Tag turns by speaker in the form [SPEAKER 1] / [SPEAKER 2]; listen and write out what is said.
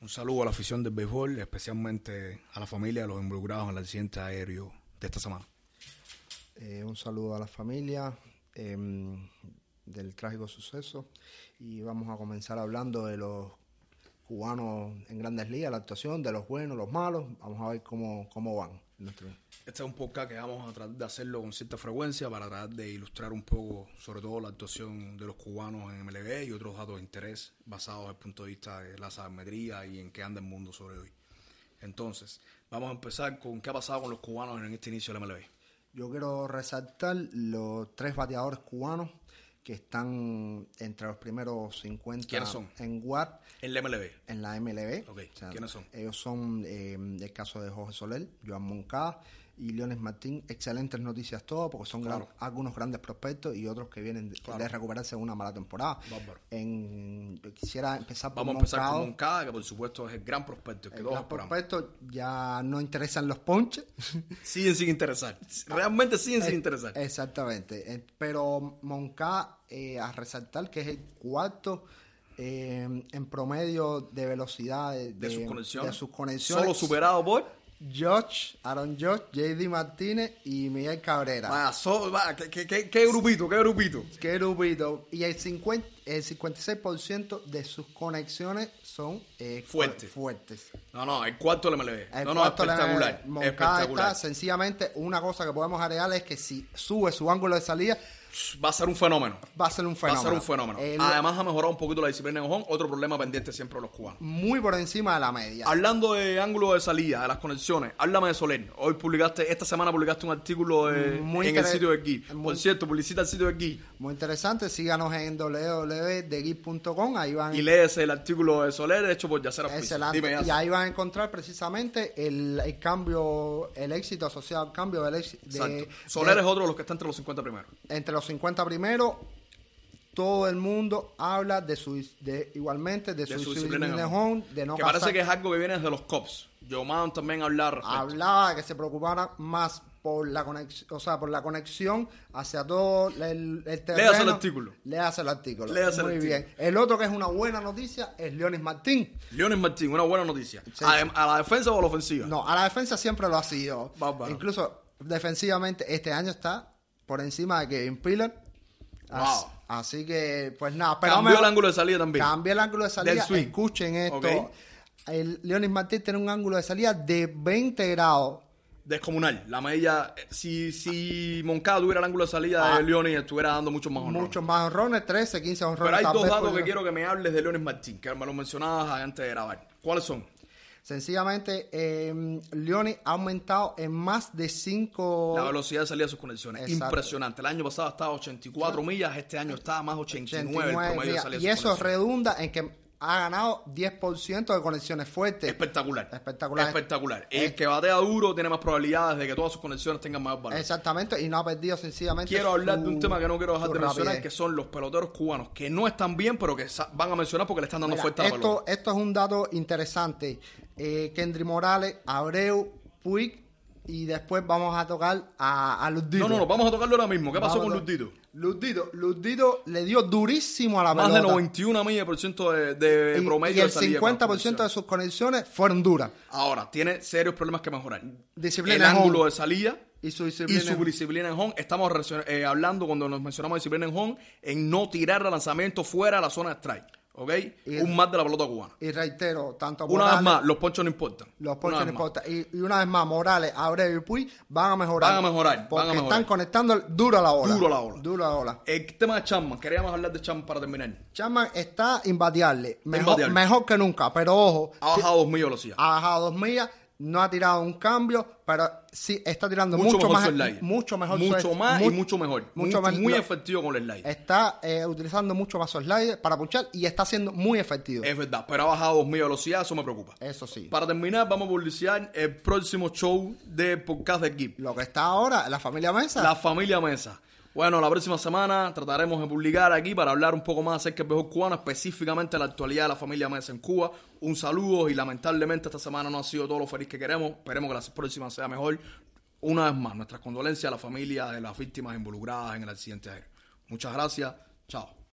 [SPEAKER 1] Un saludo a la afición del béisbol, especialmente a la familia de los involucrados en el accidente aéreo de esta semana.
[SPEAKER 2] Eh, un saludo a la familia eh, del trágico suceso y vamos a comenzar hablando de los cubanos en grandes ligas, la actuación de los buenos, los malos. Vamos a ver cómo, cómo van. Nuestro...
[SPEAKER 1] Este es un podcast que vamos a tratar de hacerlo con cierta frecuencia para tratar de ilustrar un poco, sobre todo, la actuación de los cubanos en MLB y otros datos de interés basados desde el punto de vista de la sabermetría y en qué anda el mundo sobre hoy. Entonces, vamos a empezar con qué ha pasado con los cubanos en este inicio del MLB.
[SPEAKER 2] Yo quiero resaltar los tres bateadores cubanos que están entre los primeros 50
[SPEAKER 1] ¿Quiénes son?
[SPEAKER 2] en WAR
[SPEAKER 1] En la MLB.
[SPEAKER 2] en la MLB.
[SPEAKER 1] Ok, ¿quiénes son?
[SPEAKER 2] Ellos son eh, el caso de Jorge Soler, Joan Moncada y Leones Martín. Excelentes noticias todas porque son gran-
[SPEAKER 1] Claro.
[SPEAKER 2] algunos grandes prospectos y otros que vienen de,
[SPEAKER 1] Claro.
[SPEAKER 2] de recuperarse de una mala temporada.
[SPEAKER 1] Bárbaro.
[SPEAKER 2] En, yo quisiera empezar por
[SPEAKER 1] Vamos a empezar con
[SPEAKER 2] Moncada.
[SPEAKER 1] Moncada, que por supuesto es el gran prospecto. el que
[SPEAKER 2] El
[SPEAKER 1] todos
[SPEAKER 2] gran
[SPEAKER 1] esperamos.
[SPEAKER 2] prospecto ya no interesan los ponches.
[SPEAKER 1] Siguen sin interesar. Realmente siguen sin
[SPEAKER 2] Eh,
[SPEAKER 1] interesar.
[SPEAKER 2] Exactamente. Eh, Pero Moncá, eh, a resaltar que es el cuarto eh, en promedio de velocidad de,
[SPEAKER 1] de, sus conexiones.
[SPEAKER 2] de sus conexiones.
[SPEAKER 1] Solo superado por.
[SPEAKER 2] George, Aaron George, JD Martínez y Miguel Cabrera.
[SPEAKER 1] Vaya, so- vaya, Ah, qué- qué, qué- qué grupito, qué grupito.
[SPEAKER 2] Qué rubido. Y el, 50, el 56% de sus conexiones son eh, co-
[SPEAKER 1] Fuertes.
[SPEAKER 2] fuertes.
[SPEAKER 1] No, no, el cuarto le MLB.
[SPEAKER 2] El
[SPEAKER 1] no, no,
[SPEAKER 2] cuarto le-
[SPEAKER 1] espectacular.
[SPEAKER 2] Moncada
[SPEAKER 1] espectacular.
[SPEAKER 2] está sencillamente una cosa que podemos agregar es que si sube su ángulo de salida
[SPEAKER 1] Va a ser un fenómeno.
[SPEAKER 2] va a ser un
[SPEAKER 1] Va a
[SPEAKER 2] fenómeno.
[SPEAKER 1] ser un fenómeno.
[SPEAKER 2] El-
[SPEAKER 1] Además, ha mejorado un poquito la disciplina en home. Otro problema pendiente siempre de los cubanos.
[SPEAKER 2] muy por encima de la media.
[SPEAKER 1] Hablando de ángulo de salida, de las conexiones, háblame de Soler. Hoy publicaste, esta semana publicaste un artículo de-
[SPEAKER 2] Muy
[SPEAKER 1] en el
[SPEAKER 2] interes-
[SPEAKER 1] sitio de Gui.
[SPEAKER 2] muy-
[SPEAKER 1] Por cierto, publicita el sitio de Gui
[SPEAKER 2] Muy interesante, síganos en www.degui.com, ahí van
[SPEAKER 1] y lees el artículo de Soler hecho por Yacer Alpiza.
[SPEAKER 2] excelente.
[SPEAKER 1] Dime,
[SPEAKER 2] y
[SPEAKER 1] Yacer.
[SPEAKER 2] ahí van a encontrar precisamente el, el cambio, el éxito asociado al cambio del éxito de,
[SPEAKER 1] Exacto. Soler
[SPEAKER 2] de-
[SPEAKER 1] es otro de los que está entre los 50 primeros.
[SPEAKER 2] entre los 50 primeros. Todo el mundo habla de su de, igualmente de,
[SPEAKER 1] de
[SPEAKER 2] su
[SPEAKER 1] su disciplina en
[SPEAKER 2] de
[SPEAKER 1] el
[SPEAKER 2] home, de no
[SPEAKER 1] que
[SPEAKER 2] pasar-
[SPEAKER 1] parece que es algo que viene desde los cops. Joman también hablar
[SPEAKER 2] hablaba de que se preocupara más por la conexión, o sea, por la conexión hacia todo el, el terreno.
[SPEAKER 1] Léase el artículo.
[SPEAKER 2] Léase el artículo.
[SPEAKER 1] Léase el
[SPEAKER 2] Muy
[SPEAKER 1] artículo.
[SPEAKER 2] bien. El otro que es una buena noticia es Leonis Martín.
[SPEAKER 1] Leones Martín, una buena noticia.
[SPEAKER 2] Sí.
[SPEAKER 1] Adem- ¿A, la defensa o a la ofensiva?
[SPEAKER 2] No, a la defensa siempre lo ha sido.
[SPEAKER 1] Bárbaro.
[SPEAKER 2] Incluso defensivamente este año está por encima de Kevin Pillar. Así,
[SPEAKER 1] Wow.
[SPEAKER 2] así que, pues nada, pero
[SPEAKER 1] Cambió
[SPEAKER 2] me-
[SPEAKER 1] el ángulo de salida también.
[SPEAKER 2] Cambia el ángulo de
[SPEAKER 1] Del
[SPEAKER 2] salida.
[SPEAKER 1] swing.
[SPEAKER 2] Escuchen esto.
[SPEAKER 1] Ok.
[SPEAKER 2] El Leonis Martín tiene un ángulo de salida de 20 grados.
[SPEAKER 1] Descomunal. La media. eh, Si, si Moncada tuviera el ángulo de salida
[SPEAKER 2] Ah.
[SPEAKER 1] de Leones, estuviera dando mucho más honor.
[SPEAKER 2] Muchos más honrones, 13, 15 honrones.
[SPEAKER 1] Pero hay
[SPEAKER 2] tal
[SPEAKER 1] dos
[SPEAKER 2] vez,
[SPEAKER 1] datos
[SPEAKER 2] por-
[SPEAKER 1] que quiero que me hables de Leones Martín, que me lo mencionabas antes de grabar. ¿Cuáles son?
[SPEAKER 2] Sencillamente, eh, Leoni ha aumentado en más de 5
[SPEAKER 1] La velocidad de salida de sus conexiones.
[SPEAKER 2] Exacto.
[SPEAKER 1] Impresionante. El año pasado estaba a 84 millas, este año está a más 89, el promedio de salida de
[SPEAKER 2] Y
[SPEAKER 1] sus
[SPEAKER 2] eso
[SPEAKER 1] conexiones.
[SPEAKER 2] redunda en que ha ganado 10% de conexiones fuertes.
[SPEAKER 1] Espectacular.
[SPEAKER 2] Espectacular.
[SPEAKER 1] Espectacular.
[SPEAKER 2] Eh.
[SPEAKER 1] El que batea duro tiene más probabilidades de que todas sus conexiones tengan mayor valor.
[SPEAKER 2] Exactamente, y no ha perdido sencillamente.
[SPEAKER 1] Quiero hablar de un
[SPEAKER 2] su-
[SPEAKER 1] tema que no quiero dejar
[SPEAKER 2] su
[SPEAKER 1] de mencionar,
[SPEAKER 2] rapidez.
[SPEAKER 1] que son los peloteros cubanos, que no están bien, pero que sa- van a mencionar porque le están dando
[SPEAKER 2] Mira,
[SPEAKER 1] fuerte a la
[SPEAKER 2] esto,
[SPEAKER 1] pelota.
[SPEAKER 2] esto es un dato interesante. Eh, Kendry Morales, Abreu, Puig, y después vamos a tocar a, a Luz Dito.
[SPEAKER 1] No, no, no, vamos a tocarlo ahora mismo. ¿Qué pasó
[SPEAKER 2] Vamos
[SPEAKER 1] con
[SPEAKER 2] a-
[SPEAKER 1] Lutito?
[SPEAKER 2] Luz Dito, Luz Dito le dio durísimo a la
[SPEAKER 1] Más de
[SPEAKER 2] pelota.
[SPEAKER 1] 91 millas por ciento de, de
[SPEAKER 2] Ah, y,
[SPEAKER 1] promedio
[SPEAKER 2] y el
[SPEAKER 1] de salida para las
[SPEAKER 2] 50% de
[SPEAKER 1] conexiones.
[SPEAKER 2] sus conexiones fueron duras.
[SPEAKER 1] Ahora, tiene serios problemas que mejorar.
[SPEAKER 2] Disciplina
[SPEAKER 1] el
[SPEAKER 2] en
[SPEAKER 1] ángulo de
[SPEAKER 2] home.
[SPEAKER 1] salida
[SPEAKER 2] Y su
[SPEAKER 1] y
[SPEAKER 2] disciplina.
[SPEAKER 1] su disciplina en home. Estamos resio- eh, hablando cuando nos mencionamos disciplina en home en no tirar el lanzamiento fuera de la zona de strike. ¿Ok?
[SPEAKER 2] Y-
[SPEAKER 1] Un más de la pelota cubana.
[SPEAKER 2] Y reitero, tanto
[SPEAKER 1] Una vez
[SPEAKER 2] Morales-
[SPEAKER 1] más, los ponchos no importan.
[SPEAKER 2] Los
[SPEAKER 1] Una
[SPEAKER 2] ponches
[SPEAKER 1] vez
[SPEAKER 2] no
[SPEAKER 1] más.
[SPEAKER 2] importa. Y, y una vez más, Morales, Abreu y Puy van a mejorar.
[SPEAKER 1] Van a mejorar, van a
[SPEAKER 2] Porque
[SPEAKER 1] mejorar.
[SPEAKER 2] están conectando duro a la ola.
[SPEAKER 1] Duro a la ola.
[SPEAKER 2] Duro a la ola.
[SPEAKER 1] El tema de Chapman, queríamos hablar de Chapman para terminar.
[SPEAKER 2] Chapman está imbateable. Mejor,
[SPEAKER 1] Imbateable.
[SPEAKER 2] mejor que nunca. Pero ojo,
[SPEAKER 1] Ah.
[SPEAKER 2] Ah,
[SPEAKER 1] Ha bajado dos mil velocidad.
[SPEAKER 2] ha bajado dos millas. no ha tirado un cambio, pero sí está tirando
[SPEAKER 1] Mucho
[SPEAKER 2] mucho,
[SPEAKER 1] mejor
[SPEAKER 2] más,
[SPEAKER 1] slide.
[SPEAKER 2] mucho mejor
[SPEAKER 1] Mucho
[SPEAKER 2] su-
[SPEAKER 1] más
[SPEAKER 2] mu-
[SPEAKER 1] y mucho mejor.
[SPEAKER 2] mucho
[SPEAKER 1] muy
[SPEAKER 2] más-
[SPEAKER 1] muy
[SPEAKER 2] lo-
[SPEAKER 1] efectivo con el slide.
[SPEAKER 2] Está eh, utilizando mucho más su slide para punchar y está siendo muy efectivo.
[SPEAKER 1] Es verdad, pero ha bajado mi velocidad, eso me preocupa.
[SPEAKER 2] Eso sí.
[SPEAKER 1] Para terminar, vamos a publicar el próximo show de podcast de Gip.
[SPEAKER 2] Lo que está ahora, la familia Mesa.
[SPEAKER 1] La familia Mesa. Bueno, la próxima semana trataremos de publicar aquí para hablar un poco más acerca del béisbol cubano, específicamente la actualidad de la familia Mesa en Cuba. Un saludo y lamentablemente esta semana no ha sido todo lo feliz que queremos. Esperemos que la próxima sea mejor. Una vez más, nuestras condolencias a la familia de las víctimas involucradas en el accidente aéreo. Muchas gracias. Chao.